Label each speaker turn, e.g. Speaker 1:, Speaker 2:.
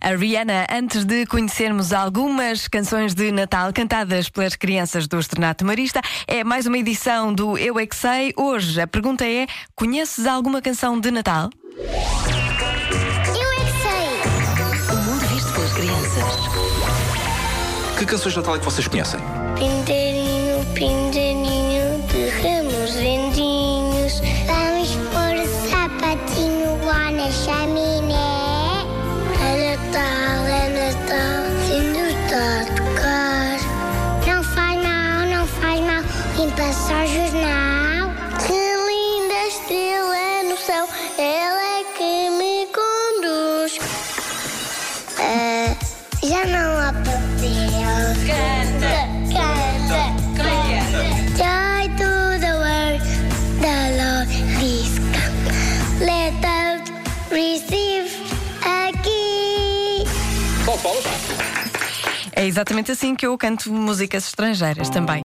Speaker 1: A Rihanna, antes de conhecermos algumas canções de Natal cantadas pelas crianças do Estrenato Marista, é mais uma edição do Eu É Que Sei. Hoje a pergunta é: conheces alguma canção de Natal?
Speaker 2: Eu é que sei!
Speaker 3: O mundo visto pelas crianças.
Speaker 4: Que canções de Natal é que vocês conhecem?
Speaker 2: Pintarinho, pintarinho de ramos vendinhos. Vamos pôr o sapatinho lá na chaminé. É Natal, é Natal, ainda está a tocar. Não faz mal, não faz mal, limpa só o jornal. Que linda estrela no céu, ela é que me conduz. Ah, já não há papel. Canta, canta, canta. Joy to the world, the Lord is come. Let us receive aqui.
Speaker 1: É exatamente assim que eu canto músicas estrangeiras também.